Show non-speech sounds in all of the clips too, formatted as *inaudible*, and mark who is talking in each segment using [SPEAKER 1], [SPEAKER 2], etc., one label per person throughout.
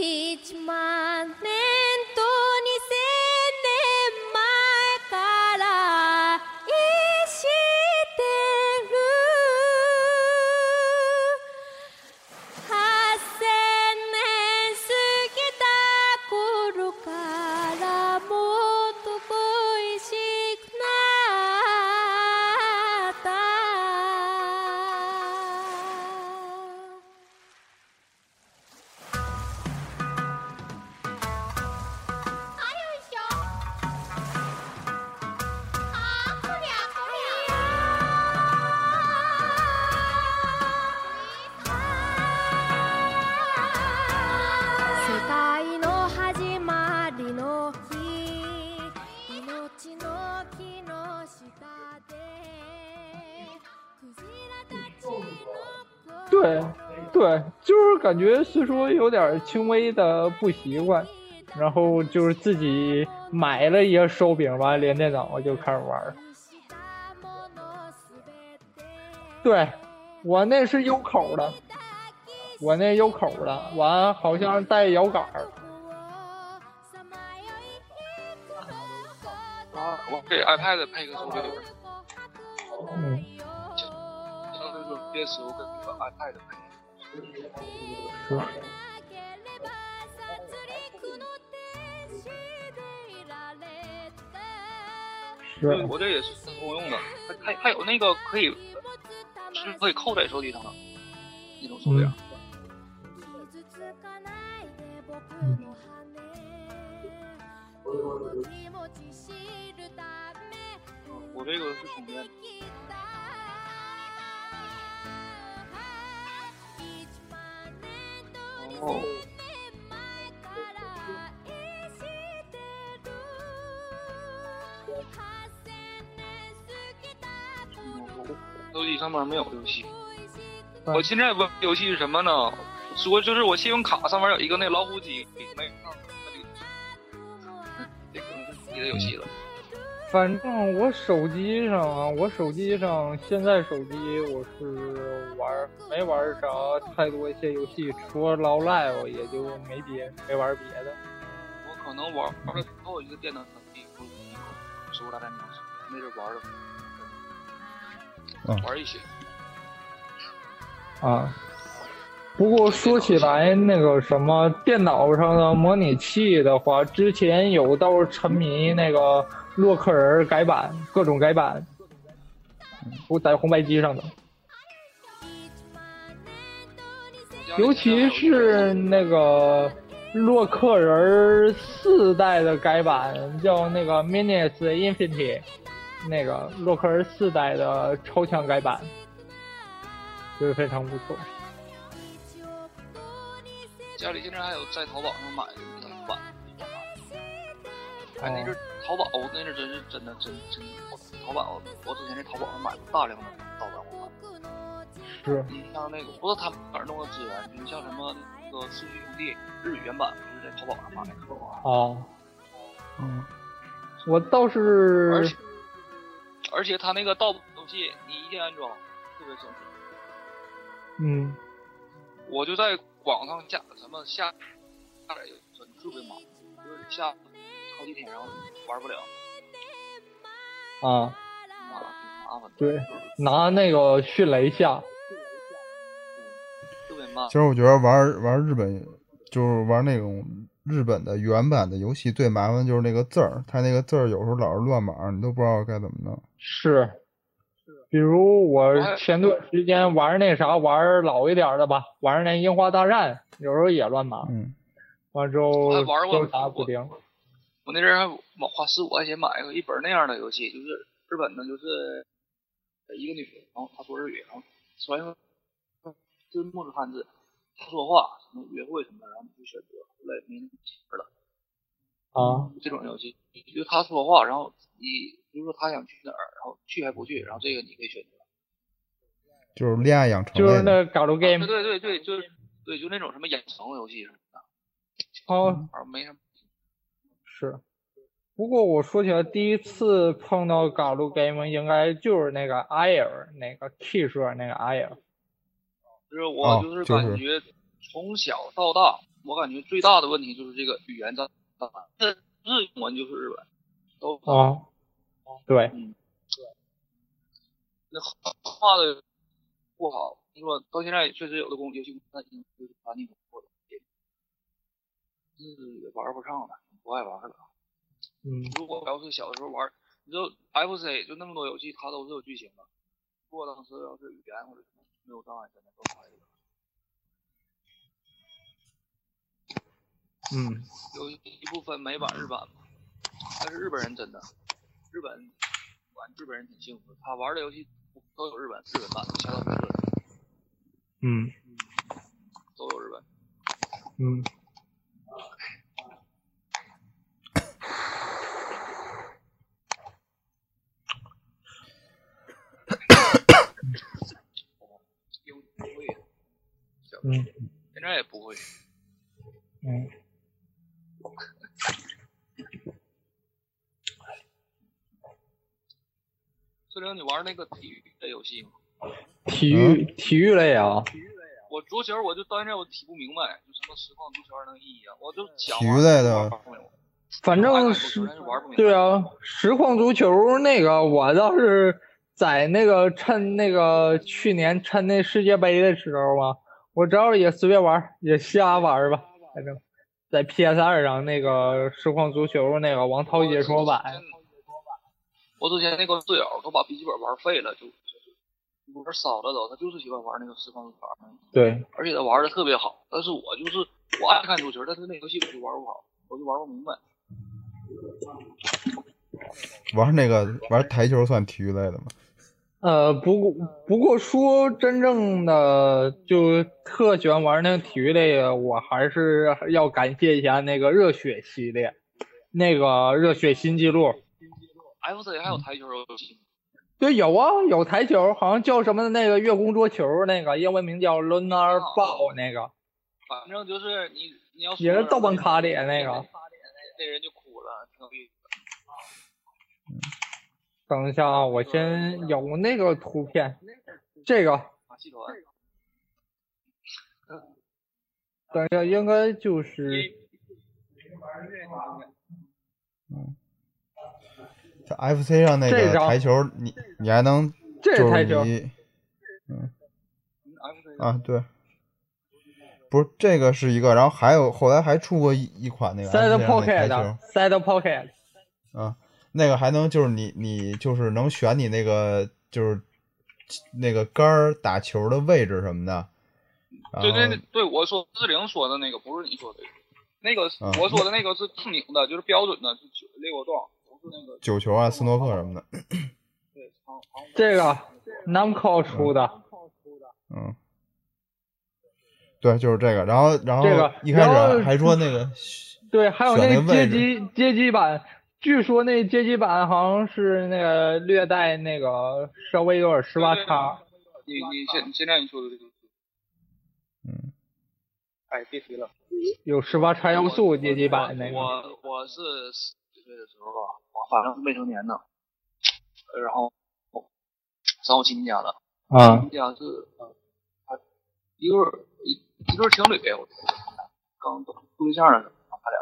[SPEAKER 1] 1만 낸 돈이 세네 말까라 이 시대로 하세는 쓰기다 고루가라 모두 고이식나다 哎呦小，好姑娘姑娘。世界の始まりの日命の木の下でクジラたちの *laughs*
[SPEAKER 2] 对，对，就是感觉虽说有点轻微的不习惯，然后就是自己买了一个手柄吧，连电脑就开始玩儿。对，我那是有口的，我那有口的，完好像带摇杆儿。
[SPEAKER 3] 啊，我给 iPad 配一个手柄，
[SPEAKER 2] 嗯，
[SPEAKER 3] 像那种 PS 我给那个 iPad 配。
[SPEAKER 2] 是。
[SPEAKER 3] 对，
[SPEAKER 2] 是，
[SPEAKER 3] 我这也是公用的，还还还有那个可以是可以扣在手机上的那
[SPEAKER 2] 嗯
[SPEAKER 3] 种手柄。我这个是充电的。然后手机上面没有游戏。
[SPEAKER 2] 嗯
[SPEAKER 3] 我现在玩游戏是什么呢？说就是我信用卡上面有一个那老虎机，那个这个是你的游戏了。
[SPEAKER 2] 反正我手机上啊，我手机上现在手机我是玩儿没玩儿啥太多一些游戏，除了老赖我也就没别没玩儿别的。
[SPEAKER 3] 我可能玩玩了之后一个电脑游戏，我十五大战僵尸，那阵玩
[SPEAKER 4] 嗯
[SPEAKER 3] 的，玩一些。
[SPEAKER 2] 啊。不过说起来，那个什么电脑上的模拟器的话，之前有倒是沉迷那个洛克人改版，各种改版，不在红白机上的，尤其是那个洛克人四代的改版，叫那个 Minis Infinity，那个洛克人四代的超强改版，就是非常不错。
[SPEAKER 3] 家里现在还有在淘宝上买的那个版。
[SPEAKER 1] 哦
[SPEAKER 3] 哎，那阵儿淘宝，我那阵儿真是真的真真淘宝，我之前在淘宝上买过大量的盗版盗版。
[SPEAKER 2] 是，
[SPEAKER 3] 你像那个，不知道他们哪儿弄的资源，你像什么那个《四驱兄弟》日语原版，就是在淘宝上买的。啊
[SPEAKER 2] 哦，嗯，我倒是
[SPEAKER 3] 而且而且他那个盗版游戏，你一键安装，特别省事。
[SPEAKER 2] 嗯
[SPEAKER 3] 我就在网上下什么下下载游戏，特别忙，就是下好几天，然后玩不了，
[SPEAKER 2] 啊，
[SPEAKER 3] 麻烦麻烦，
[SPEAKER 2] 对，拿那个迅雷下，
[SPEAKER 3] 特别慢
[SPEAKER 4] 其。实我觉得玩玩日本，就是玩那种日本的原版的游戏，最麻烦就是那个字儿，它那个字儿有时候老是乱码儿，你都不知道该怎么弄。
[SPEAKER 2] 是，比如我
[SPEAKER 3] 哎
[SPEAKER 2] 前段时间玩那啥，玩老一点的吧，玩那樱花大战，有时候也乱码，
[SPEAKER 4] 嗯，
[SPEAKER 2] 完之后
[SPEAKER 3] 哎玩过
[SPEAKER 2] 都打补丁。
[SPEAKER 3] 我那阵儿还花十五块钱买了一本那样的游戏，就是日本的，就是呃一个女的，然后她说日语，然后说完以后就是默认汉字，她说话什么约会什么的，然后你去选择，后来没那么记分了。
[SPEAKER 2] 啊，
[SPEAKER 3] 这种游戏就她说话，然后你比如说她想去哪儿，然后去还不去，然后这个你可以选择。
[SPEAKER 4] 就是恋爱养成
[SPEAKER 2] 就是
[SPEAKER 4] 类的。
[SPEAKER 2] 那《Galo
[SPEAKER 3] 对
[SPEAKER 2] Game》，
[SPEAKER 3] 啊对对对，就是对就那种什么养成游戏什么的，
[SPEAKER 2] 哦，
[SPEAKER 3] 而没什么。
[SPEAKER 2] 是。不过我说起来，第一次碰到《Galo Game》应该就是那个艾尔，那个 K 社那个艾尔。
[SPEAKER 3] 就是我
[SPEAKER 4] 哦
[SPEAKER 3] 就是
[SPEAKER 4] 就是
[SPEAKER 3] 感觉从小到大我感觉最大的问题就是这个语言障碍，这日文就是日文，都
[SPEAKER 2] 啊，对，
[SPEAKER 3] 嗯，对，那画的不好，你说到现在确实有的公，尤其那已经就是把你工作了，是玩不上了，不爱玩了。
[SPEAKER 2] 嗯
[SPEAKER 3] 如果要是小的时候玩，你知道 FC 就那么多游戏，它都是有剧情的。如果当时要是语言或者什么没有障碍，真的都可以了。
[SPEAKER 2] 嗯，
[SPEAKER 3] 有一部分美版、日版嘛，但是日本人真的，日本玩日本人挺幸福，他玩的游戏都有日本日本版的，相当于是
[SPEAKER 2] 嗯
[SPEAKER 3] 都有日本。
[SPEAKER 2] 嗯，
[SPEAKER 3] 英不会，啊小
[SPEAKER 2] 嗯
[SPEAKER 3] 现在也不会。 *laughs*
[SPEAKER 2] 嗯，
[SPEAKER 3] 志玲，你玩那个体育的游戏吗？
[SPEAKER 2] 体育体育类啊，
[SPEAKER 3] 我足球我就到现在我踢不明白，就什么实况足球还能意义啊？我就想
[SPEAKER 4] 体育类的
[SPEAKER 3] 玩不了
[SPEAKER 2] 反
[SPEAKER 3] 我爱看
[SPEAKER 2] 正
[SPEAKER 3] 足球但是玩不明白。
[SPEAKER 2] 对啊，实况足球那个我倒是在那个趁那个去年趁那世界杯的时候嘛，我正好也随便玩儿，也瞎玩儿吧，反正在 PS 二上那个实况足球那个王涛解说版，
[SPEAKER 3] 我之前那个队友都把笔记本玩废了，就有点烧了都。他就是喜欢玩那个实况足球，
[SPEAKER 2] 对，
[SPEAKER 3] 而且他玩的特别好。但是我就是我爱看足球，但是那游戏我就玩不好，我就玩不明白。
[SPEAKER 4] 玩那个玩台球算体育类的吗？
[SPEAKER 2] 呃，不过不过说真正的就特喜欢玩那个体育类的，我还是要感谢一下那个热血系列，那个热血新纪录。
[SPEAKER 3] FC
[SPEAKER 2] 嗯
[SPEAKER 3] 还有台球游戏吗，
[SPEAKER 2] 对，有啊，有台球，好像叫什么那个月宫桌球，那个英文名叫 Lunar Ball，那个
[SPEAKER 3] 反正就是你你要
[SPEAKER 2] 也是
[SPEAKER 3] 说
[SPEAKER 2] 豆瓣卡里那个。
[SPEAKER 3] 那人就哭了，挺有意思的。
[SPEAKER 2] 等一下啊，我先有那个图片，这个
[SPEAKER 3] 马戏团，
[SPEAKER 2] 等一下应该就是
[SPEAKER 3] 嗯
[SPEAKER 4] 在 FC 上那
[SPEAKER 2] 这
[SPEAKER 4] 个
[SPEAKER 2] 张
[SPEAKER 4] 台球，你你还能
[SPEAKER 2] 这
[SPEAKER 4] 就
[SPEAKER 2] 台
[SPEAKER 4] 是
[SPEAKER 2] 球，
[SPEAKER 4] 你
[SPEAKER 3] 嗯，FC
[SPEAKER 4] 啊，对，不是这个是一个，然后还有后来还出过一一款那个 FC
[SPEAKER 2] Side
[SPEAKER 4] 上那台
[SPEAKER 2] Pocket
[SPEAKER 4] 球，
[SPEAKER 2] Side Pocket，
[SPEAKER 4] 啊，那个还能就是你你就是能选你那个就是那个杆儿打球的位置什么的，然
[SPEAKER 3] 对对
[SPEAKER 4] 后
[SPEAKER 3] 对，对我说志玲说的那个不是你说的，那个是
[SPEAKER 4] 啊
[SPEAKER 3] 我说的那个是正经的，就是标准的，就九六个洞，不是那个
[SPEAKER 4] 九球啊、斯诺克什么的，
[SPEAKER 3] 对长长的
[SPEAKER 2] 这个 Namco 出的，
[SPEAKER 4] 嗯，对，就是这个。然后然后
[SPEAKER 2] 这个
[SPEAKER 4] 一开
[SPEAKER 2] 然后
[SPEAKER 4] 始还说那个
[SPEAKER 2] 对，还有
[SPEAKER 4] 选
[SPEAKER 2] 那
[SPEAKER 4] 那
[SPEAKER 2] 个街
[SPEAKER 4] 位置
[SPEAKER 2] 机街机版，据说那街机版好像是那个略带那个稍微有点十八叉，
[SPEAKER 3] 你你现现在你说的这个，
[SPEAKER 4] 嗯，
[SPEAKER 3] 哎，别提了，
[SPEAKER 2] 有十八叉要素街机版那个。
[SPEAKER 3] 我我是十几岁的时候吧，我反正是未成年的，呃然后上我亲戚家了，
[SPEAKER 2] 啊
[SPEAKER 3] 亲戚家是呃他一对儿一一对儿情侣，我刚处对象的时候，他俩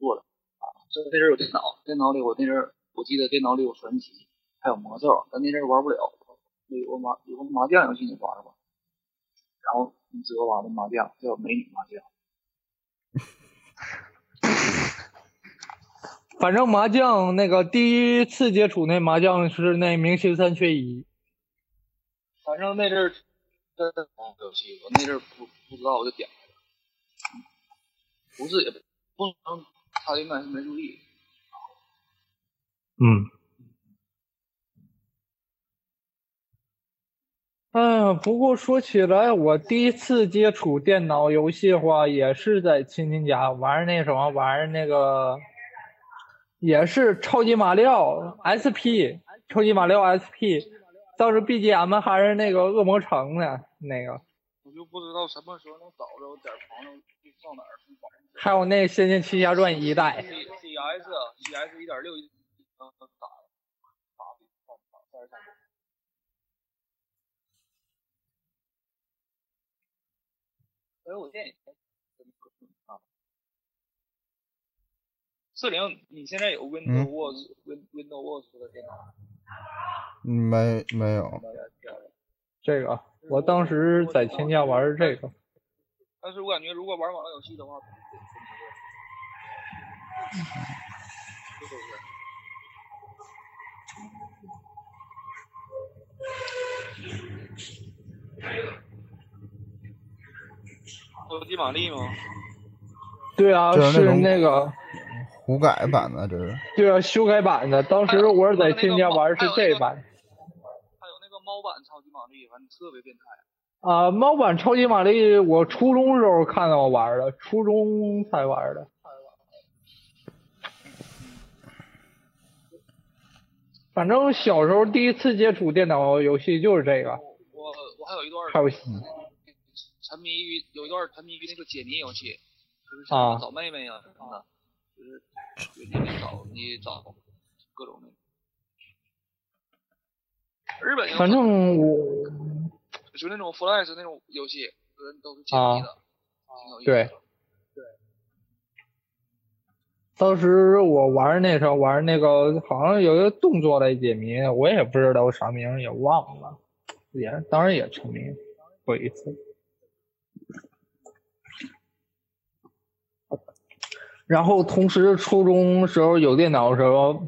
[SPEAKER 3] 做的啊，这那阵儿有电脑，电脑里我那阵儿我记得电脑里有传奇，还有魔兽，但那阵儿玩不了，有个麻有个麻将游戏你玩过吗？然后你知道玩的麻将叫美女麻将。
[SPEAKER 2] 反正麻将那个第一次接触那麻将是那明星三缺一，
[SPEAKER 3] 反正那阵儿真的游戏，我那阵儿不不知道，我就点开了。不是也不能，他应该是没注意。
[SPEAKER 2] 嗯。哎呀，不过说起来，我第一次接触电脑游戏的话，也是在亲戚家玩那什么，玩那个，也是超级马里奥 SP，超级马里奥 SP，当时 BGM 还是那个恶魔城呢，那个，
[SPEAKER 3] 我就不知道什么时候能找着点儿朋友去上哪儿去玩儿。
[SPEAKER 2] 还有那《仙剑奇侠传》一代，
[SPEAKER 3] C C S C E S 一点六，嗯，打打打打打打。哎，我见以前啊。四零，你现在有 Windows、Win Windows 的电脑吗？
[SPEAKER 4] 没没有，
[SPEAKER 2] 这个我当时在线下玩儿这个，
[SPEAKER 3] 但是我感觉如果玩网络游戏的话，这都是超级玛丽吗？
[SPEAKER 2] 对啊，
[SPEAKER 4] 就是那
[SPEAKER 2] 是
[SPEAKER 4] 种
[SPEAKER 2] 那个
[SPEAKER 4] 胡改版的这是。
[SPEAKER 2] 对啊修改版的。当时我是在线下玩儿是这版
[SPEAKER 3] 还有那个猫版超级玛丽，反正特别变态。
[SPEAKER 2] 啊，猫版超级玛丽我初中时候看到我玩儿的，初中才玩儿的。反正小时候第一次接触电脑游戏就是这个，
[SPEAKER 3] 我我还有一段儿
[SPEAKER 2] 还有戏
[SPEAKER 3] 沉迷于有一段儿沉迷于那个解谜游戏，就是
[SPEAKER 2] 啊
[SPEAKER 3] 想找妹妹呀什么的，就是你得找你找各种那个。日本有
[SPEAKER 2] 反正我
[SPEAKER 3] 就那种 Flash 那种游戏，人都是解谜的，挺有意思
[SPEAKER 2] 啊对
[SPEAKER 3] 的。
[SPEAKER 2] 当时我玩儿那时候玩儿那个好像有一个动作类解谜，我也不知道啥名儿也忘了，也当然也沉迷过一次。然后同时初中时候有电脑的时候，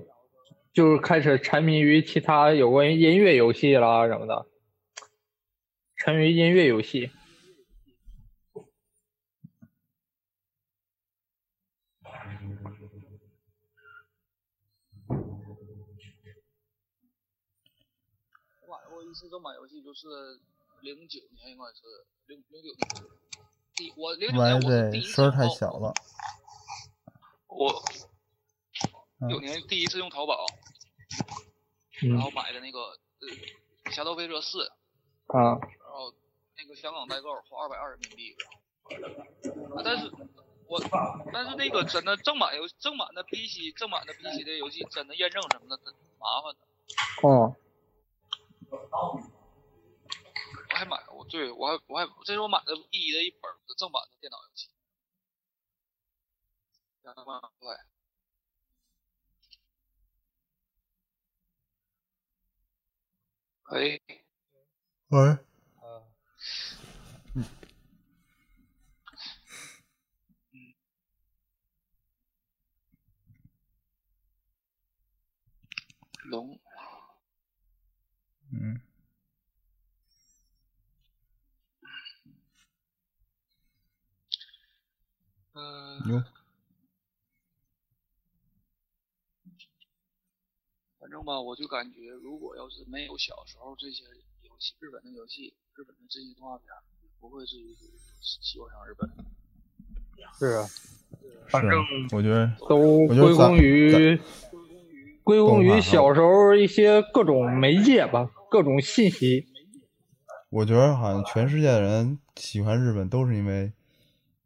[SPEAKER 2] 就是开始沉迷于其他有关于音乐游戏啦什么的，沉迷于音乐游戏。
[SPEAKER 3] 我买过一次正版游戏，就是零九年应该是零零九年。第我零九年
[SPEAKER 4] 喂，
[SPEAKER 3] 我是第一
[SPEAKER 4] 这
[SPEAKER 3] 次
[SPEAKER 4] 声儿太
[SPEAKER 3] 用
[SPEAKER 4] 小了。
[SPEAKER 3] 我
[SPEAKER 4] 嗯
[SPEAKER 3] 九年第一次用淘宝，然
[SPEAKER 2] 嗯
[SPEAKER 3] 后买的那个呃《侠盗飞车四》，
[SPEAKER 2] 啊，
[SPEAKER 3] 然后那个香港代购花二百二人民币，啊，但是我但是那个真的正版游正版的 PC 正版的 PC 的游戏真的验证什么的真麻烦的，
[SPEAKER 2] 哦，
[SPEAKER 3] 我还买过，对我还我还这是我买的唯一的一本正版的电脑游戏，两万块。哎，
[SPEAKER 4] 喂，
[SPEAKER 3] 龙，
[SPEAKER 4] 嗯，
[SPEAKER 3] 嗯、
[SPEAKER 4] 牛，
[SPEAKER 3] 反正吧，我就感觉，如果要是没有小时候这些游戏，日本的游戏，日本的这些动画片，不会至于喜欢上日本。
[SPEAKER 2] 是啊。
[SPEAKER 4] 是啊，我觉得
[SPEAKER 2] 都
[SPEAKER 4] 我觉得
[SPEAKER 2] 归
[SPEAKER 4] 咱
[SPEAKER 2] 功于归功于小时候一些各种媒介吧，各种信息。
[SPEAKER 4] 我觉得好像全世界的人喜欢日本都是因为，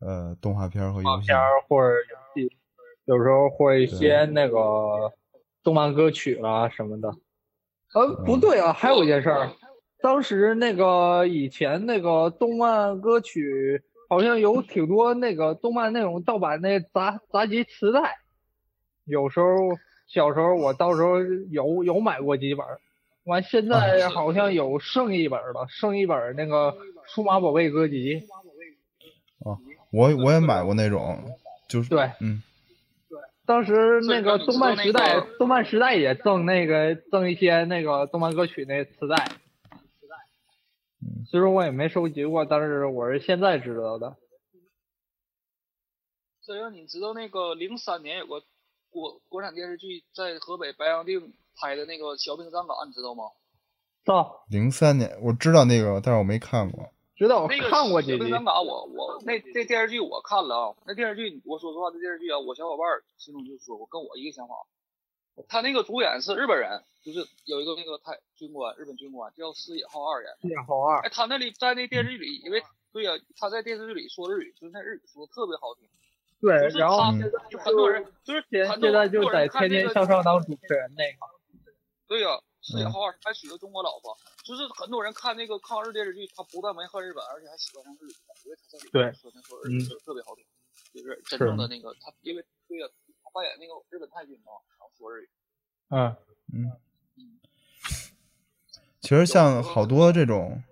[SPEAKER 4] 呃，动画片儿
[SPEAKER 2] 动
[SPEAKER 4] 和
[SPEAKER 2] 画
[SPEAKER 4] 游戏
[SPEAKER 2] 片。儿或者游戏，有时候或者一些那个动漫歌曲啦、什么的。呃，不对啊，还有一件事儿，当时那个以前那个动漫歌曲好像有挺多那个动漫那种盗版那杂杂集磁带，有时候小时候我到时候有有买过几本儿，完现在好像有剩一本儿了，剩一本儿那个数码宝贝歌集，
[SPEAKER 4] 我我也买过那种，就是
[SPEAKER 2] 对。
[SPEAKER 4] 嗯，
[SPEAKER 2] 当时
[SPEAKER 3] 所以
[SPEAKER 2] 那个
[SPEAKER 3] 说你
[SPEAKER 2] 动
[SPEAKER 3] 说
[SPEAKER 2] 漫
[SPEAKER 3] 那
[SPEAKER 2] 时代
[SPEAKER 3] 个，
[SPEAKER 2] 动漫时代也赠那个赠一些那个动漫歌曲那磁带，嗯虽说我也没收集过，但是我是现在知道的。
[SPEAKER 3] 再让你知道那个零三年有个国国产电视剧在河北白洋淀拍的那个《小兵张嘎》，你知道吗？
[SPEAKER 2] 操，
[SPEAKER 4] 零三年我知道那个，但是我没看过。
[SPEAKER 2] 哦知道我
[SPEAKER 3] 那个
[SPEAKER 2] 哦看过几
[SPEAKER 3] 小
[SPEAKER 2] 集
[SPEAKER 3] 兵张嘎，我我那那电视剧我看了啊，那电视剧我说实话，那电视剧啊，我小伙伴儿心中就说过，跟我一个想法。他那个主演是日本人，就是有一个那个太军官，日本军官叫矢野浩二演
[SPEAKER 2] 《
[SPEAKER 3] 的。
[SPEAKER 2] 剑豪二》
[SPEAKER 3] 哎，他那里在那电视剧里，因为对呀、他在电视剧里说日语，就是那日语说的特别好听。
[SPEAKER 2] 对
[SPEAKER 3] 就，是
[SPEAKER 2] 然后
[SPEAKER 3] 他
[SPEAKER 4] 嗯
[SPEAKER 3] 现在就很多人就是
[SPEAKER 2] 现
[SPEAKER 3] 很多
[SPEAKER 2] 现在就在《天
[SPEAKER 3] 人看那
[SPEAKER 2] 天
[SPEAKER 3] 个
[SPEAKER 2] 向上》当主持人那个，
[SPEAKER 3] 对呀、是野
[SPEAKER 4] 嗯
[SPEAKER 3] 浩二还娶个中国老婆，就是很多人看那个抗日电视剧，他不但没恨日本，而且还喜欢上日本，因为他在里面
[SPEAKER 2] 对
[SPEAKER 3] 说那说日语
[SPEAKER 2] 嗯
[SPEAKER 3] 说得特别好听。就是真正的那个他，因为对呀，他扮演那个日本太君嘛，然后说日语，
[SPEAKER 2] 嗯，
[SPEAKER 4] 其实像好多这种，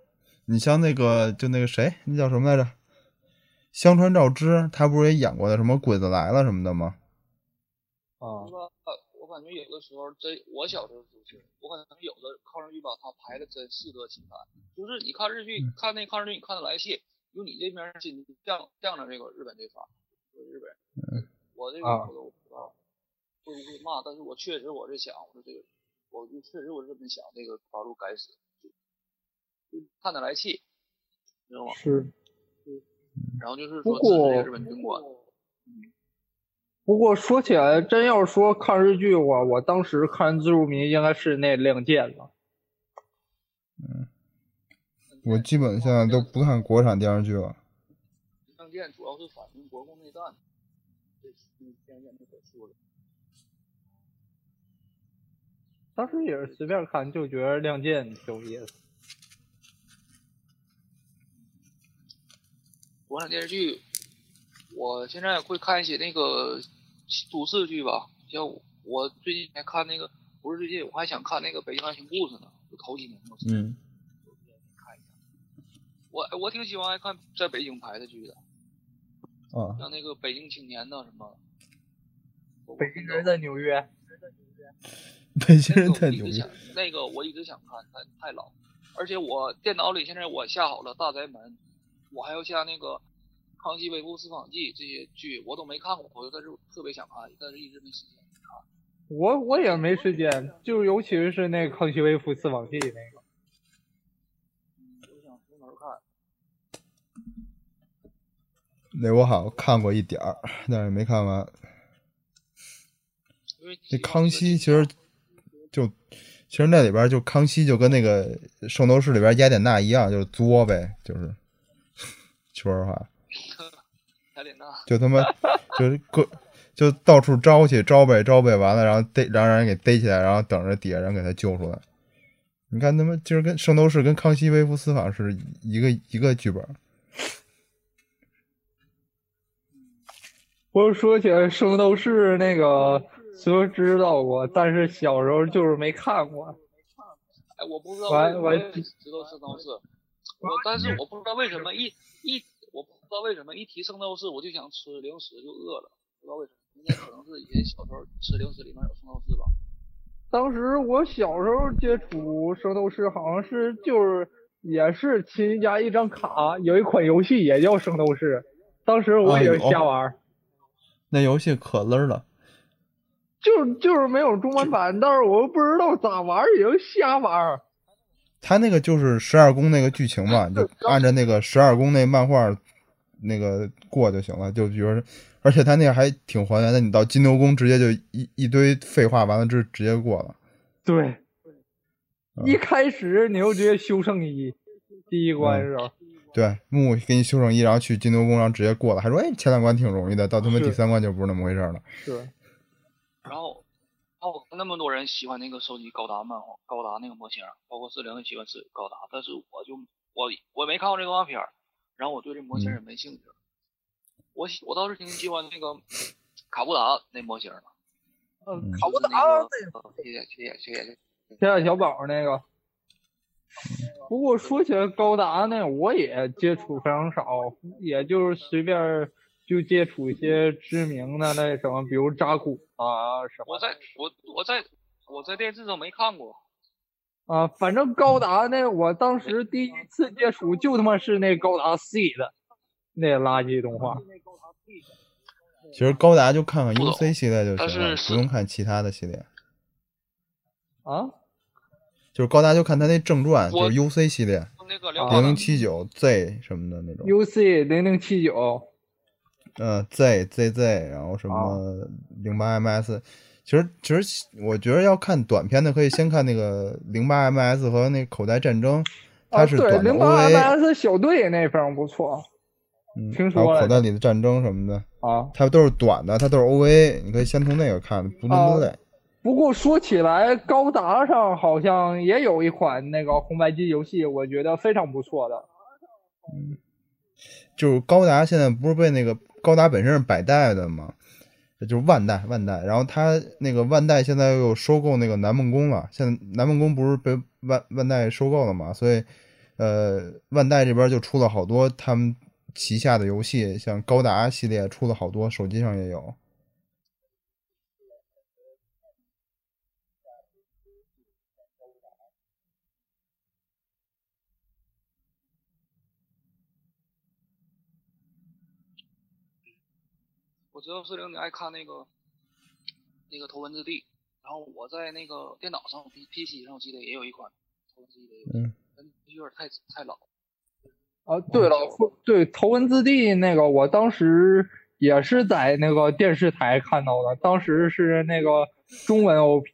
[SPEAKER 4] 你像那个就那个谁，那叫什么来着？香川照之，他不是也演过的什么《鬼子来了》什么的吗？
[SPEAKER 2] 啊
[SPEAKER 3] 那，个呃我感觉有的时候真，我小时候就是，我感觉有的抗日剧吧，它排的真适得其反。就是你看日
[SPEAKER 4] 嗯
[SPEAKER 3] 剧，看那抗日剧，你看得来戏，有你这边心向向着这个日本这方，就是日本人。
[SPEAKER 4] 嗯
[SPEAKER 3] 我这个
[SPEAKER 2] 啊
[SPEAKER 3] 我都不知道会不会骂，但是我确实我是想，我说这个，我就确实我是这么想，这个八路该死，就就看得来气，知道吗？
[SPEAKER 2] 嗯是。
[SPEAKER 3] 然后就是
[SPEAKER 2] 不
[SPEAKER 3] 说支持这
[SPEAKER 2] 过
[SPEAKER 3] 个日本军官，
[SPEAKER 2] 不过说起来，真要说抗日剧，我我当时看《自入迷》应该是那两届了。
[SPEAKER 4] 我基本现在都不看国产电视剧了。
[SPEAKER 3] 亮剑主要是反映国共内战，这是亮剑那本书的。
[SPEAKER 2] 当时也是随便看，就觉得《亮剑》挺有意思。
[SPEAKER 3] 国产电视剧，我现在会看一些那个都市剧吧，像我我最近还看那个，不是最近，我还想看那个《北京爱情故事》呢，就头几年我是
[SPEAKER 4] 嗯，
[SPEAKER 3] 看一下。我哎我挺喜欢爱看在北京拍的剧的，
[SPEAKER 4] 啊，
[SPEAKER 3] 像那个《北京青年》呐什么的。
[SPEAKER 2] 北京人在纽约，
[SPEAKER 4] 北京
[SPEAKER 3] 那
[SPEAKER 4] 人
[SPEAKER 3] 个我
[SPEAKER 4] 太
[SPEAKER 3] 一
[SPEAKER 4] 牛
[SPEAKER 3] 直
[SPEAKER 4] 逼
[SPEAKER 3] 想。，那个我一直想看，但太老，而且我电脑里现在我下好了《大宅门》，我还要下那个《康熙微服私访记》这些剧，我都没看过，但是我特别想看，但是一直没时间。
[SPEAKER 2] 我我也没时间，就尤其是那《康熙微服私访记》那个。
[SPEAKER 3] 嗯，我想从头看。
[SPEAKER 4] 那我好像看过一点儿，但是没看完。
[SPEAKER 3] 因为
[SPEAKER 4] 那康熙其实就，其实那里边就康熙就跟那个《圣斗士》里边雅典娜一样，就是作呗，就是， *laughs* 说实话，
[SPEAKER 3] 雅典娜， *laughs*
[SPEAKER 4] 就他妈就是各就到处招去招呗招呗，完了然后逮，然后让人给逮起来，然后等着底下人给他救出来。你看他妈就是跟《圣斗士》跟《康熙微服私访》是一个一个剧本，
[SPEAKER 2] 不是说起来《圣斗士》那个，虽然知道过，但是小时候就是没看过。
[SPEAKER 3] 哎，我不知道
[SPEAKER 2] 我还
[SPEAKER 3] 为，
[SPEAKER 2] 我还
[SPEAKER 3] 也知道圣斗士，我但是我不知道为什么一一我不知道为什么一提圣斗士我就想吃零食就饿了，不知道为什么，那可能是以前小时候吃零食里面有圣斗士吧。
[SPEAKER 2] 当时我小时候接触《圣斗士》，好像是就是也是亲家一张卡，有一款游戏也叫《圣斗士》，当时我也是瞎玩儿，
[SPEAKER 4] 那游戏可乐了。
[SPEAKER 2] 就是就是没有中文版，但是我又不知道咋玩儿，也就瞎玩儿。
[SPEAKER 4] 他那个就是十二宫那个剧情嘛，你就按照那个十二宫那漫画那个过就行了。就比如说，而且他那个还挺还原的，你到金牛宫直接就一一堆废话，完了之后直接过了。
[SPEAKER 2] 对，
[SPEAKER 4] 嗯
[SPEAKER 2] 一开始你就直接修圣衣，第一关的时候，
[SPEAKER 4] 对，木给你修整一，然后去金牛宫，然后直接过了，还说哎前两关挺容易的，到他妈
[SPEAKER 2] 是
[SPEAKER 4] 第三关就不是那么回事了。
[SPEAKER 2] 是
[SPEAKER 3] 然后，然后那么多人喜欢那个收集高达漫画、高达那个模型，包括四零也喜欢是高达，但是我就我我没看过这个动画片儿，然后我对这模型也没兴趣。我喜我倒是挺喜欢那个卡布达那模型的，
[SPEAKER 2] 嗯
[SPEAKER 4] 嗯，
[SPEAKER 2] 卡布达
[SPEAKER 3] 就是那个呃铁血铁血铁血
[SPEAKER 2] 铁血小宝那个。不过说起来高达呢，我也接触非常少，也就是随便儿就接触一些知名的那什么，比如扎古啊什么
[SPEAKER 3] 我
[SPEAKER 2] 的
[SPEAKER 3] 在我我在我在电视上没看过，
[SPEAKER 2] 啊。反正高达呢，我当时第一次接触就他妈是那高达 C 的那垃圾动画。
[SPEAKER 4] 其实高达就看看
[SPEAKER 3] 不懂
[SPEAKER 4] UC 系列就
[SPEAKER 3] 但
[SPEAKER 4] 行了，
[SPEAKER 3] 是
[SPEAKER 4] 不用看其他的系列。
[SPEAKER 2] 啊，
[SPEAKER 4] 就是高达就看他那正传，
[SPEAKER 3] 我啊
[SPEAKER 4] 就是 UC 系列
[SPEAKER 3] 那个聊
[SPEAKER 4] 零
[SPEAKER 3] 好
[SPEAKER 4] 零七九 Z 什么的那种。
[SPEAKER 2] U C 零零七九，
[SPEAKER 4] 呃，Z Z Z，然后什
[SPEAKER 2] 啊
[SPEAKER 4] 么零八 MS，其实其实我觉得要看短片的，可以先看那个零八 MS 和那口袋战争，它
[SPEAKER 2] 啊
[SPEAKER 4] 是
[SPEAKER 2] 对
[SPEAKER 4] 短的
[SPEAKER 2] 零八 M
[SPEAKER 4] OVA，
[SPEAKER 2] S 小队那非常不错
[SPEAKER 4] 嗯，
[SPEAKER 2] 听
[SPEAKER 4] 还有
[SPEAKER 2] 说了
[SPEAKER 4] 口袋里的战争什么的，
[SPEAKER 2] 啊。
[SPEAKER 4] 它都是短的，它都是 OVA，你可以先从那个看，不那么
[SPEAKER 2] 哦
[SPEAKER 4] 累。
[SPEAKER 2] 不过说起来，高达上好像也有一款那个红白机游戏，我觉得非常不错的。
[SPEAKER 4] 就是高达现在不是被那个高达本身是百代的嘛，就是万代万代，然后他那个万代现在又收购那个南梦宫了，现在南梦宫不是被万万代收购了嘛，所以呃，万代这边就出了好多他们旗下的游戏，像高达系列出了好多，手机上也有。
[SPEAKER 3] 我知道四零你爱看那个那个《头文字 D》，然后我在那个电脑上 P P C 上，我记得也有一款《头文字 D》的游戏，
[SPEAKER 4] 嗯
[SPEAKER 3] 但有点太太老了。
[SPEAKER 2] 啊，对了，说对《头文字 D》那个，我当时也是在那个电视台看到的，当时是那个中文 OP，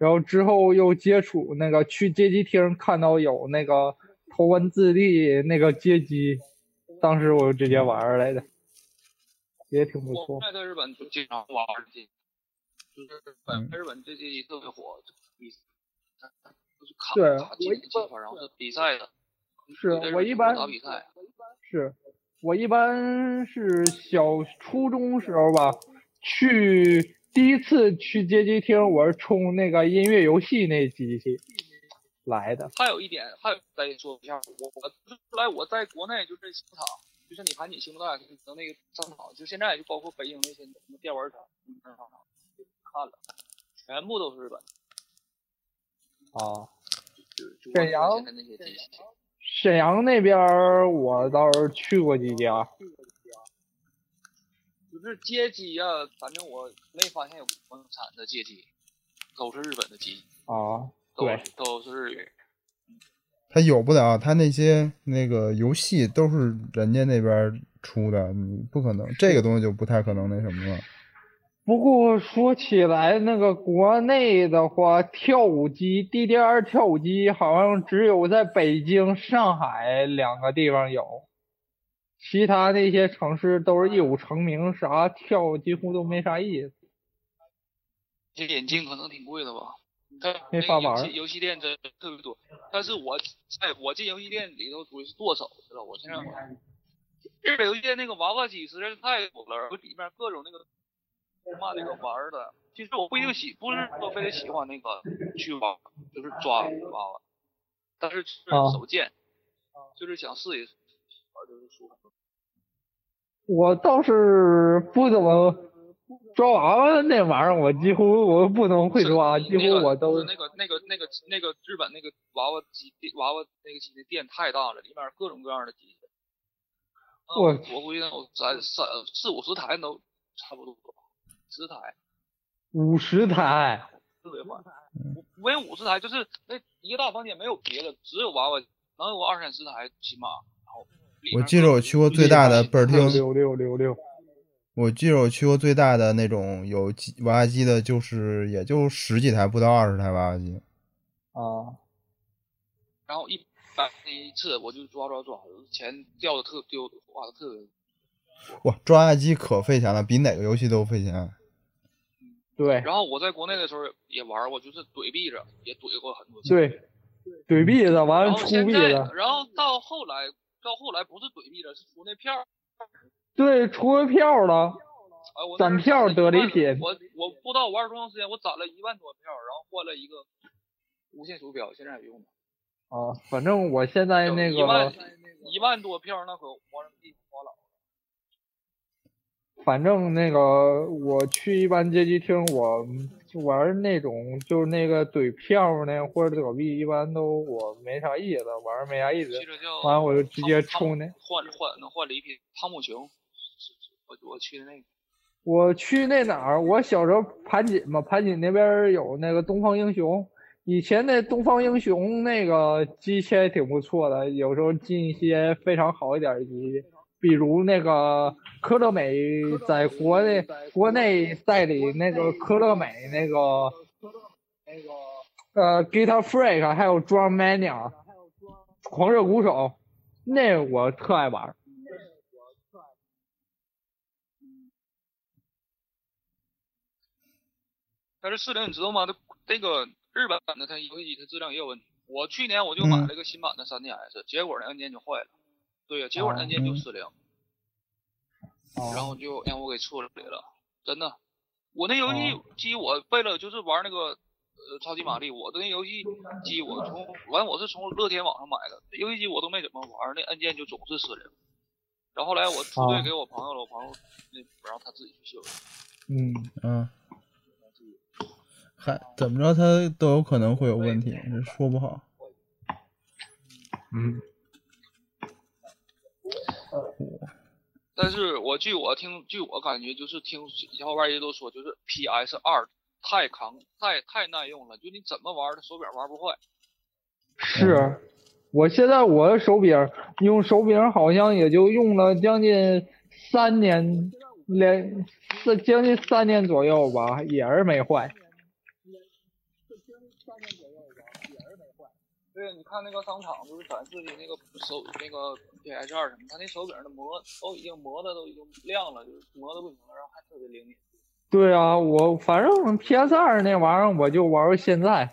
[SPEAKER 2] 然后之后又接触那个去街机厅看到有那个《头文字 D》那个街机，当时我就直接玩儿来的，也挺不
[SPEAKER 3] 我
[SPEAKER 2] 错。
[SPEAKER 3] 在日本就经常玩儿这，就是
[SPEAKER 2] 嗯
[SPEAKER 3] 在日本这这特别火，比就是卡
[SPEAKER 2] 对
[SPEAKER 3] 卡
[SPEAKER 2] 我
[SPEAKER 3] 进
[SPEAKER 2] 一
[SPEAKER 3] 进法，然后是比赛的，
[SPEAKER 2] 是
[SPEAKER 3] 在日
[SPEAKER 2] 我
[SPEAKER 3] 本
[SPEAKER 2] 一
[SPEAKER 3] 就
[SPEAKER 2] 般
[SPEAKER 3] 打比赛，
[SPEAKER 2] 是我一般是小初中时候吧，去第一次去街机厅，我是冲那个音乐游戏那机器来的。
[SPEAKER 3] 还有一点，还有再说一下，我我后来我在国内就是商场，就是你盘你星巴克，你到那个商场，就现在就包括北京那些什么电玩城、商场，看了，全部都是日本的，
[SPEAKER 2] 啊，
[SPEAKER 3] 就是就
[SPEAKER 2] 沈阳
[SPEAKER 3] 我现在那些地区。
[SPEAKER 2] 沈阳那边儿我倒是去过几家。
[SPEAKER 3] 就是街机啊，反正我没发现有国产的街机，都是日本的机，
[SPEAKER 2] 啊，
[SPEAKER 3] 都
[SPEAKER 2] 对
[SPEAKER 3] 是都是日语。
[SPEAKER 4] 他有不了，他那些那个游戏都是人家那边出的，你不可能，这个东西就不太可能那什么了。
[SPEAKER 2] 不过说起来，那个国内的话，跳舞机 DDR 跳舞机好像只有在北京、上海两个地方有，其他那些城市都是一舞成名，啥跳几乎都没啥意思。
[SPEAKER 3] 这眼镜可能挺贵的吧？但
[SPEAKER 2] 没法玩儿
[SPEAKER 3] 游戏游戏店真的特别多，但是我在我进游戏店里头属于是剁手去了。我现在
[SPEAKER 2] 嗯
[SPEAKER 3] 日本游戏店那个娃娃机实在是太多了，我里面各种那个动漫那个玩儿的，其实我不一定喜，不是说非得喜欢那个去玩，就是抓娃娃，但是是
[SPEAKER 2] 啊
[SPEAKER 3] 手贱，就是想试一试，玩就是舒服。
[SPEAKER 2] 我倒是不怎么抓娃娃那玩意儿，我几乎我不能会
[SPEAKER 3] 是
[SPEAKER 2] 抓，
[SPEAKER 3] 那
[SPEAKER 2] 几乎
[SPEAKER 3] 个
[SPEAKER 2] 我
[SPEAKER 3] 不
[SPEAKER 2] 都
[SPEAKER 3] 是那个那个那个那个日本那个娃娃机娃娃那个机的店太大了，里面各种各样的机器。啊
[SPEAKER 2] 我
[SPEAKER 3] 我估计能有三三四五十台都差不多，十台
[SPEAKER 2] 五十台。
[SPEAKER 3] 特别快。没有五十台，就是那一个大房间没有别的，只有娃娃，能有个二三十台起码。然后里面
[SPEAKER 4] 我记着我去过最大的倍儿厅
[SPEAKER 2] 六，六六六六，
[SPEAKER 4] 我记着我去过最大的那种有机娃娃机的，就是也就十几台，不到二十台娃娃机。
[SPEAKER 2] 啊，
[SPEAKER 3] 然后一般那一次我就抓抓抓，钱掉的特丢，花的特别多。
[SPEAKER 4] 哇，抓娃娃机可费钱了，比哪个游戏都费钱。
[SPEAKER 2] 对
[SPEAKER 3] 然后我在国内的时候也玩过，就是怼币着，也怼过很多次。
[SPEAKER 2] 对，怼币的，完
[SPEAKER 3] 然
[SPEAKER 2] 了
[SPEAKER 3] 后
[SPEAKER 2] 出
[SPEAKER 3] 现
[SPEAKER 2] 币
[SPEAKER 3] 在
[SPEAKER 2] 的，
[SPEAKER 3] 然后到后来，到后来不是怼币了，是出那票儿。
[SPEAKER 2] 对，出票了。
[SPEAKER 3] 哎，我
[SPEAKER 2] 攒票儿得
[SPEAKER 3] 了
[SPEAKER 2] 礼品
[SPEAKER 3] 我我不知道我玩多长时间，我攒了一万多票儿，然后换了一个无线鼠标，现在还用呢。
[SPEAKER 2] 啊，反正我现在那
[SPEAKER 3] 一万
[SPEAKER 2] 个，
[SPEAKER 3] 一万多票儿，那可花人民币花了。
[SPEAKER 2] 反正那个，我去一般街机厅，我就玩那种就是那个怼票呢或者怼币，一般都我没啥意思，玩儿没啥意思。
[SPEAKER 3] 记着叫
[SPEAKER 2] 完了我就直接冲那
[SPEAKER 3] 那换换能换礼品，汤姆熊，是是我我去的那个。
[SPEAKER 2] 我去那哪儿？我小时候盘锦嘛，盘锦那边儿有那个东方英雄。以前那东方英雄那个机器还挺不错的，有时候进一些非常好一点儿的机器，比如那个科乐美，在国内国内代理那个科乐美那个那个呃 Guitar Freak，还有 Drum Mania，狂热鼓手，那我特爱玩儿。
[SPEAKER 3] 但是四零你知道吗？它那个日本版的它游戏机它质量也有问题。我去年我就买了一个新版的 3DS，、结果那按键就坏了。对呀，结果那按键就失灵。
[SPEAKER 2] 哦
[SPEAKER 3] 然后就让我给处理了，真的。我那游戏机我为了就是玩那个呃超级玛丽，我的那游戏机我从完我是从乐天网上买的，游戏机我都没怎么玩，那按键就总是失灵。然后后来我出
[SPEAKER 2] 哦
[SPEAKER 3] 队给我朋友了，我朋友那不让他自己去修，
[SPEAKER 2] 嗯，
[SPEAKER 4] 嗯，还怎么着，它都有可能会有问题，这说不好。
[SPEAKER 2] 嗯，
[SPEAKER 3] 但是我据我听，据我感觉，就是听小伙伴也都说，就是 PS 二太扛，太太耐用了，就你怎么玩儿，它手表玩不坏。
[SPEAKER 2] 是。我现在我的手柄用手柄好像也就用了将近三年，连是将近三年左右吧，也是没坏。
[SPEAKER 3] 对，你看那个商场就是展示的那个手那个 PS 二什么，它那手柄的磨都已经磨的都已经亮了，就是磨的不行了，然后还特别灵敏。
[SPEAKER 2] 对啊，我反正 PS 二那玩意儿我就玩到现在。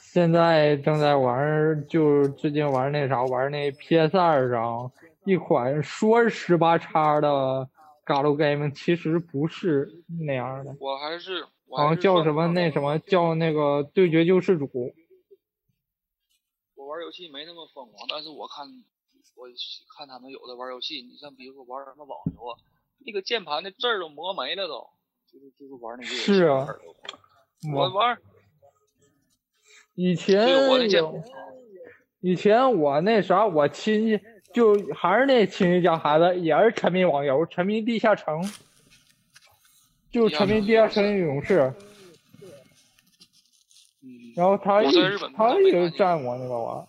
[SPEAKER 2] 现在正在玩儿，就是最近玩那啥，玩那 PS 二上一款说十八叉的 Galo Game，其实不是那样的，
[SPEAKER 3] 我还是我
[SPEAKER 2] 好
[SPEAKER 3] 还
[SPEAKER 2] 像
[SPEAKER 3] 是
[SPEAKER 2] 叫
[SPEAKER 3] 上
[SPEAKER 2] 什么
[SPEAKER 3] 网
[SPEAKER 2] 那什么叫那个对决救世主。
[SPEAKER 3] 我玩游戏没那么疯狂，但是我看我看他们有的玩游戏，你像比如说玩什么网游啊，那个键盘的字儿都磨没了都，就是就是玩那些游戏
[SPEAKER 2] 是啊
[SPEAKER 3] 玩儿都我
[SPEAKER 2] 我
[SPEAKER 3] 玩
[SPEAKER 2] 以
[SPEAKER 4] 哎
[SPEAKER 2] 前
[SPEAKER 3] 对我那键
[SPEAKER 2] 有以前我那啥，我亲戚就还是那亲戚家孩子，也是沉迷网游，沉迷地下城，就沉迷地下城勇士。
[SPEAKER 3] 嗯，
[SPEAKER 2] 然后他
[SPEAKER 3] 我
[SPEAKER 2] 一
[SPEAKER 3] 在日本
[SPEAKER 2] 他
[SPEAKER 3] 都没
[SPEAKER 2] 也
[SPEAKER 3] 看见
[SPEAKER 2] 占我那个玩儿，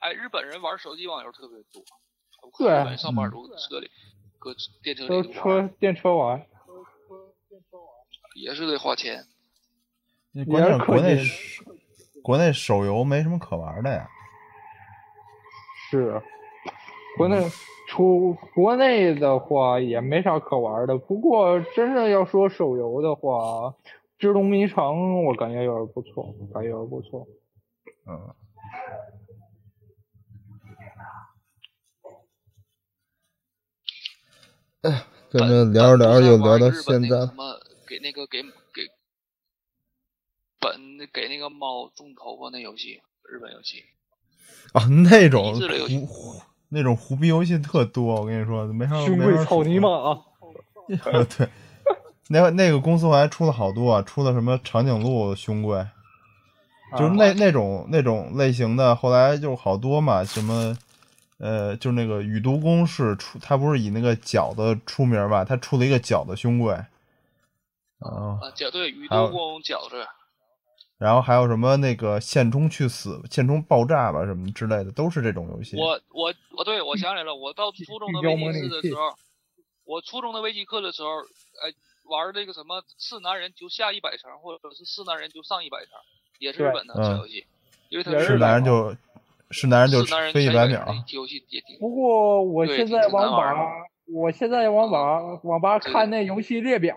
[SPEAKER 3] 哎，日本人玩手机网游特别多，我
[SPEAKER 2] 对
[SPEAKER 3] 看日本上班
[SPEAKER 4] 嗯
[SPEAKER 3] 族车里搁电车
[SPEAKER 2] 都
[SPEAKER 3] 里玩
[SPEAKER 2] 车
[SPEAKER 3] 儿
[SPEAKER 2] 电车玩儿。
[SPEAKER 3] 也是得花钱，
[SPEAKER 4] 那
[SPEAKER 2] 关键是国内
[SPEAKER 4] 国内手游没什么可玩的呀。
[SPEAKER 2] 是，国
[SPEAKER 3] 嗯
[SPEAKER 2] 内出国内的话也没啥可玩儿的，不过真正要说手游的话，《智龙迷城》我感觉有点不错，感觉有点不错。
[SPEAKER 4] 嗯，哎，跟着聊着聊着又聊到现
[SPEAKER 3] 本土上玩日本那
[SPEAKER 4] 在
[SPEAKER 3] 个什，么给那个给给本给那个猫种头发那游戏，日本游戏。
[SPEAKER 4] *laughs* 啊，那种
[SPEAKER 3] 益智类游戏
[SPEAKER 4] 胡胡那种胡逼游戏特多，我跟你说，没啥。
[SPEAKER 2] 兄
[SPEAKER 4] 没
[SPEAKER 2] 贵
[SPEAKER 4] 法
[SPEAKER 2] 草
[SPEAKER 4] 说
[SPEAKER 2] 泥马啊！
[SPEAKER 4] *laughs* 对，那那个公司我还出了好多，啊出了什么长颈鹿兄贵，
[SPEAKER 2] 啊
[SPEAKER 4] 就是那、那种那种类型的，后来就好多嘛，什么。呃，就是那个雨都公式出，他不是以那个饺子出名嘛？他出了一个饺子兄贵，啊，
[SPEAKER 3] 啊，饺对鱼
[SPEAKER 4] 还有
[SPEAKER 3] 肚公饺子，
[SPEAKER 4] 然后还有什么那个线冲去死、线冲爆炸吧什么之类的，都是这种游戏。
[SPEAKER 3] 我我我对我想起来了，我到初中的
[SPEAKER 2] 聚焦
[SPEAKER 3] 微机
[SPEAKER 2] 模拟
[SPEAKER 3] 课的
[SPEAKER 2] 器
[SPEAKER 3] 时候，我初中的微机课的时候，哎，玩那个什么是男人就下一百层，或者是是男人就上一百层，也是日
[SPEAKER 2] 对
[SPEAKER 3] 本的
[SPEAKER 4] 嗯
[SPEAKER 3] 小游戏，因为它
[SPEAKER 2] 也
[SPEAKER 4] 是男人就是男人就是
[SPEAKER 3] 男人
[SPEAKER 4] 飞一
[SPEAKER 3] 全
[SPEAKER 4] 百
[SPEAKER 3] 有
[SPEAKER 4] 秒，
[SPEAKER 3] 那游戏也挺
[SPEAKER 2] 不过我
[SPEAKER 3] 对
[SPEAKER 2] 现
[SPEAKER 3] 挺
[SPEAKER 2] 在
[SPEAKER 3] 挺难
[SPEAKER 2] 网
[SPEAKER 3] 玩
[SPEAKER 2] 吧，我现在网吧网吧
[SPEAKER 3] 对
[SPEAKER 2] 看那游戏列表，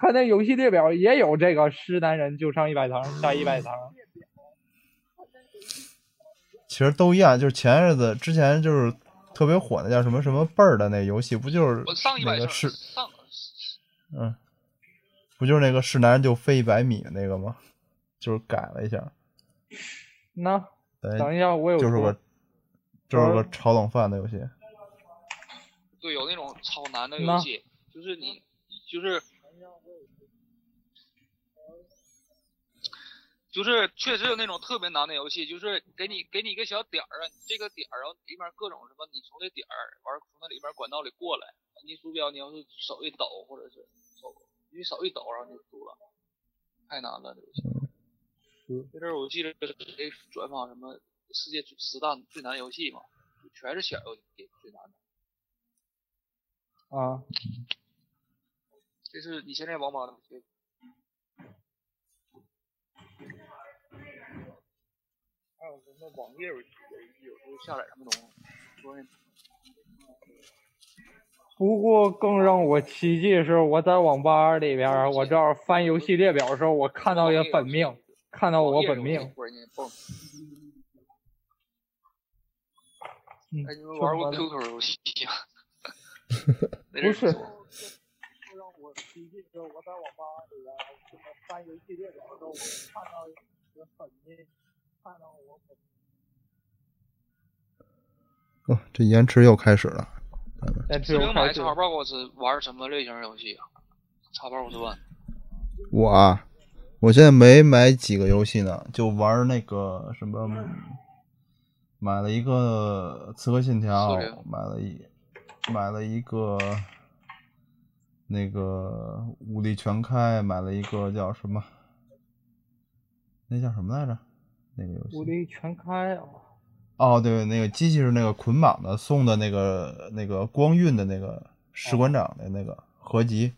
[SPEAKER 2] 看那游戏列表也有这个是男人就上一百层，下一百层。
[SPEAKER 4] 其实都一样。就是前日子之前就是特别火的叫什么什么辈儿的那游戏，不就是
[SPEAKER 3] 我上一
[SPEAKER 4] 那
[SPEAKER 3] 百
[SPEAKER 4] 个
[SPEAKER 3] 层
[SPEAKER 4] 是
[SPEAKER 3] 上
[SPEAKER 4] 嗯，不就是那个是男人就飞一百米那个吗？就是改了一下，
[SPEAKER 2] 那
[SPEAKER 4] 等
[SPEAKER 2] 等
[SPEAKER 4] 于
[SPEAKER 2] 一下，我有
[SPEAKER 4] 哎就是
[SPEAKER 2] 空
[SPEAKER 4] 个就是个炒冷饭的游戏。
[SPEAKER 3] 对有那种超难的游
[SPEAKER 2] 那
[SPEAKER 3] 戏，就是你就是。就是确实有那种特别难的游戏，就是给你给你一个小点儿啊，你这个点儿，然后里面各种什么，你从这点儿完从那里面管道里过来，你鼠标你要是手一抖或者是手你手一抖，然后你就输了，太难了这游戏
[SPEAKER 2] 嗯。
[SPEAKER 3] 这阵儿我记得谁转发什么世界十大最难游戏嘛，就全是小游戏最难的。
[SPEAKER 2] 啊，
[SPEAKER 3] 这是你现在网吧的游戏还有什么网页有有时候下载什么东西，说那
[SPEAKER 2] 不过更让我奇迹的是，我在网吧里边儿，我这儿翻游戏列表的时候，我看到也嗯本命，看到我本命。
[SPEAKER 3] 关键蹦。
[SPEAKER 2] 嗯
[SPEAKER 3] 哎，你们玩过
[SPEAKER 2] 说
[SPEAKER 3] QQ 游戏
[SPEAKER 2] *laughs*
[SPEAKER 3] 吗？那
[SPEAKER 2] 不
[SPEAKER 3] 人
[SPEAKER 2] 是，
[SPEAKER 5] 让我第一进去，我在网吧里边这么翻游戏列表的时候，我看到有很多看到我很
[SPEAKER 4] 哦，这延迟又开始了。
[SPEAKER 2] 那只
[SPEAKER 3] 这
[SPEAKER 2] 有
[SPEAKER 3] 个买
[SPEAKER 2] 开始。
[SPEAKER 3] 叉 box 玩什么类型游戏啊？叉 box one
[SPEAKER 4] 我啊，我现在没买几个游戏呢，就玩那个什么，买了一个《刺客信条
[SPEAKER 3] 四零》，
[SPEAKER 4] 买了一买了一个那个《武力全开》，买了一个叫什么，那叫什么来着？那个游
[SPEAKER 2] 武
[SPEAKER 4] 戏
[SPEAKER 2] 力全开啊！
[SPEAKER 4] 哦，对，那个机器是那个捆绑的，送的那个那个光晕的那个士官长的那个合集。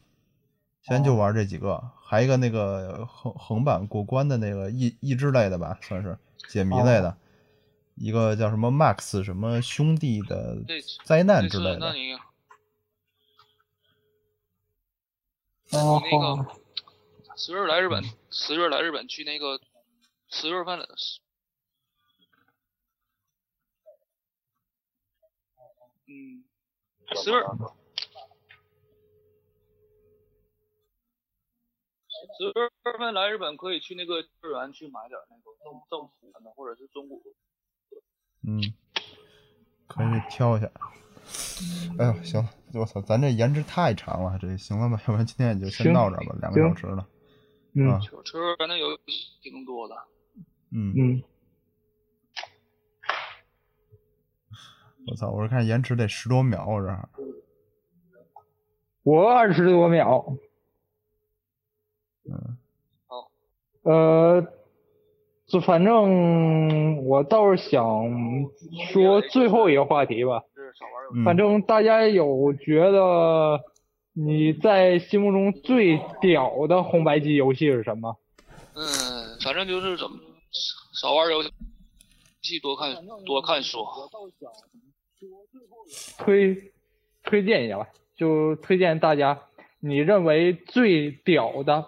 [SPEAKER 4] 现在就玩这几个，还一个那个横横版过关的那个益益智类的吧，算是解谜类的，一个叫什么 Max 什么兄弟的
[SPEAKER 3] 这
[SPEAKER 4] 灾难
[SPEAKER 3] 这
[SPEAKER 4] 之
[SPEAKER 3] 次
[SPEAKER 4] 类
[SPEAKER 3] 那
[SPEAKER 4] 的。
[SPEAKER 3] 你
[SPEAKER 2] 哦
[SPEAKER 3] 那个十月来日本，十月来日本去那个十月份嗯，十月十月份来日本可以去那个幼儿园去买点那个政政府的或者是中古
[SPEAKER 4] 嗯，可以挑一下。哎呦，行了，我操，咱这颜值太长了，这行了吧？要不然今天也就先
[SPEAKER 2] 行
[SPEAKER 4] 到这儿吧，两个
[SPEAKER 2] 行
[SPEAKER 4] 小时了。
[SPEAKER 2] 嗯
[SPEAKER 4] 啊
[SPEAKER 3] 球球儿园的游戏挺多的。
[SPEAKER 4] 嗯
[SPEAKER 2] 嗯，
[SPEAKER 4] 我操，我这看延迟得十多秒，我这儿。
[SPEAKER 2] 我二十多秒。
[SPEAKER 4] 嗯，
[SPEAKER 3] 好。
[SPEAKER 2] 呃，就反正我倒是想嗯说最后一个话题吧。
[SPEAKER 3] 是少玩游戏。
[SPEAKER 4] 嗯
[SPEAKER 2] 反正大家有觉得你在心目中最屌的红白机游戏是什么？
[SPEAKER 3] 嗯，反正就是怎么少玩游戏，多看多看书。
[SPEAKER 2] 推推荐一下吧，就推荐大家你认为最屌的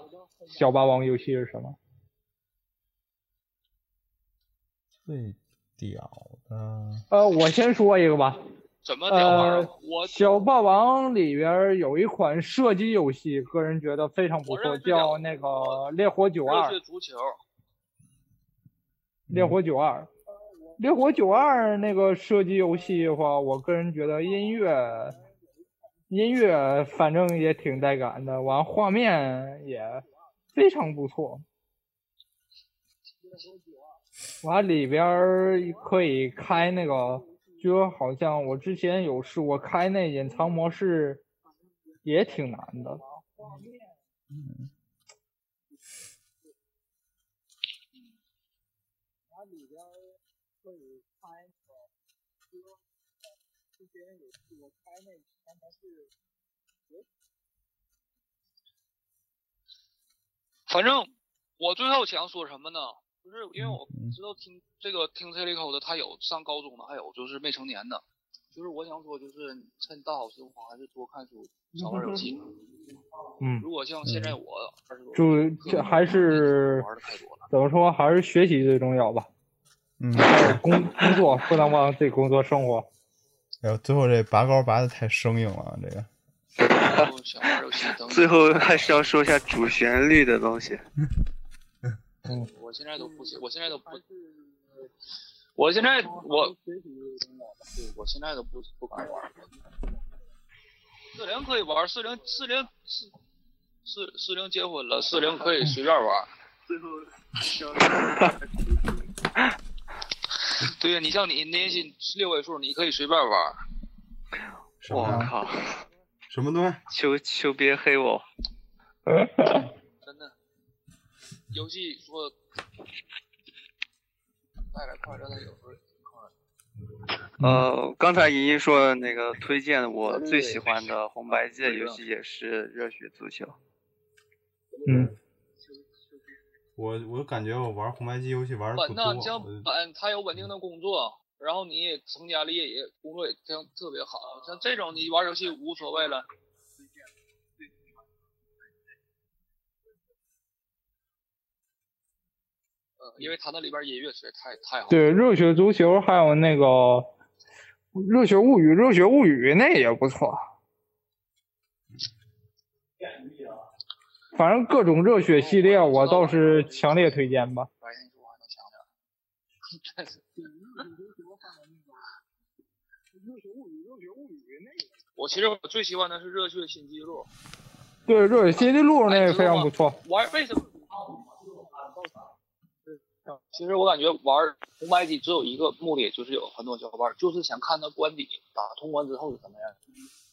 [SPEAKER 2] 小霸王游戏是什么？
[SPEAKER 4] 最屌的，
[SPEAKER 2] 呃，我先说一个吧，
[SPEAKER 3] 怎么屌玩
[SPEAKER 2] 呃
[SPEAKER 3] 儿？我
[SPEAKER 2] 小霸王里边儿有一款射击游戏，个人觉得非常不
[SPEAKER 3] 我
[SPEAKER 2] 错，
[SPEAKER 3] 认识了
[SPEAKER 2] 叫那个《烈火九二
[SPEAKER 3] 热》。血足球，
[SPEAKER 2] 烈火九二，烈火九二那个射击游戏的话，我个人觉得音乐，音乐反正也挺带感的，完画面也非常不错。完里边儿可以开那个，就好像我之前有试过开那隐藏模式，也挺难的。
[SPEAKER 3] 反正我最后想说什么呢？就是
[SPEAKER 2] 嗯
[SPEAKER 3] 因为我知道听这个听 c e l i c o 的，他有上高中的，还有就是未成年的。就是我想说，就是趁大好时光，还是多看书，少玩游戏。
[SPEAKER 2] 嗯，
[SPEAKER 3] 如果像现在我二十多，
[SPEAKER 2] 就这还是
[SPEAKER 3] 玩的太多了。
[SPEAKER 2] 怎么说，还是学习最重要吧。
[SPEAKER 4] 嗯，
[SPEAKER 2] 工工作不能忘自己工作生活。
[SPEAKER 4] 哎呦，最后这拔高拔的太生硬了啊，这个，
[SPEAKER 3] 然后想玩游戏，
[SPEAKER 2] *laughs*
[SPEAKER 3] 等
[SPEAKER 6] 最后还是要说一下主旋律的东西。
[SPEAKER 3] 我现在都不行，我现在都不，我现在我，对我现在都不不敢玩。四零可以玩，四零四零四四四零结婚了，四零可以随便玩。对呀，你像你那些六位数，你可以随便玩。
[SPEAKER 6] 我靠，
[SPEAKER 7] 什么东西？
[SPEAKER 6] 求求别黑我！
[SPEAKER 3] 真的，游戏说带来快乐，但有时候
[SPEAKER 6] 呃，刚才莹莹说的那个推荐我最喜欢的红白机的游戏也是《热血足球》。
[SPEAKER 2] 嗯，
[SPEAKER 7] 我我感觉我玩红白机游戏玩的
[SPEAKER 3] 稳
[SPEAKER 7] 不
[SPEAKER 3] 呢，
[SPEAKER 7] 多呃嗯
[SPEAKER 3] 你，像本他有稳定的工作，然后你也成家立业，也工作也挺特别好。像这种你玩游戏无所谓了。呃，因为他那里边音乐实在太太好了。
[SPEAKER 2] 对，热血足球还有那个，热血物语》《热血物语》那也不错，反正各种热血系列
[SPEAKER 3] 哦
[SPEAKER 2] 我倒是强烈推荐吧。
[SPEAKER 3] 白天说话能强点儿，但 *laughs* 是
[SPEAKER 8] 啊热血物语》《热血物语》那个
[SPEAKER 3] 我其实我最喜欢的是《热血新纪录
[SPEAKER 2] 对，《热血新纪录》那个非常不错。》，
[SPEAKER 3] 玩为什么？啊其实我感觉玩红白机只有一个目的，就是有很多小伙伴就是想看他关底打通关之后是什么样。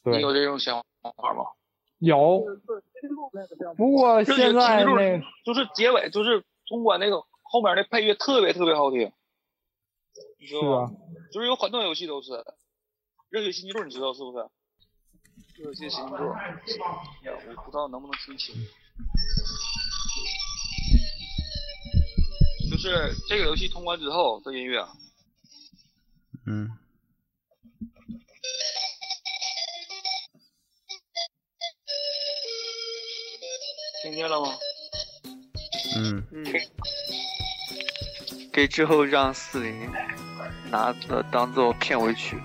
[SPEAKER 2] 对
[SPEAKER 3] 哎你有这种想法吗？
[SPEAKER 2] 有，不过
[SPEAKER 3] 热血
[SPEAKER 2] 现在
[SPEAKER 3] 新纪录
[SPEAKER 2] 那
[SPEAKER 3] 就是结尾，就是通关那个后面的配乐特别特别好听，你知
[SPEAKER 2] 是啊，
[SPEAKER 3] 道吗？就是有很多游戏都是《热血新纪录》，你知道是不是？热血新纪录，哎呀我不知道能不能听清。就是这个游戏通关之后，这音乐啊
[SPEAKER 4] 嗯，
[SPEAKER 3] 听见了吗？
[SPEAKER 4] 嗯，
[SPEAKER 6] 嗯，给之后让四零拿的当做片尾曲。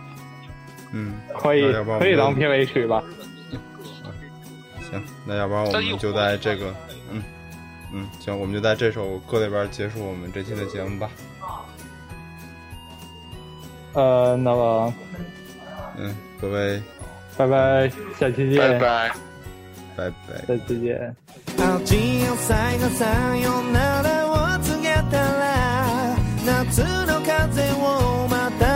[SPEAKER 4] 嗯，
[SPEAKER 2] 可以
[SPEAKER 4] 要不然我们
[SPEAKER 2] 可以
[SPEAKER 4] 就
[SPEAKER 2] 当片尾曲吧。
[SPEAKER 4] 行，那要不然我
[SPEAKER 3] 但是有
[SPEAKER 4] 们就在这个，嗯嗯，行，我们就在这首歌里边结束我们这期的节目吧。
[SPEAKER 2] 呃，那么
[SPEAKER 4] 嗯，各位，
[SPEAKER 2] 拜拜，下期见，
[SPEAKER 6] 拜。
[SPEAKER 4] 拜拜。
[SPEAKER 2] 下期见。
[SPEAKER 9] 青い最後さよならを告げたら夏の風をまた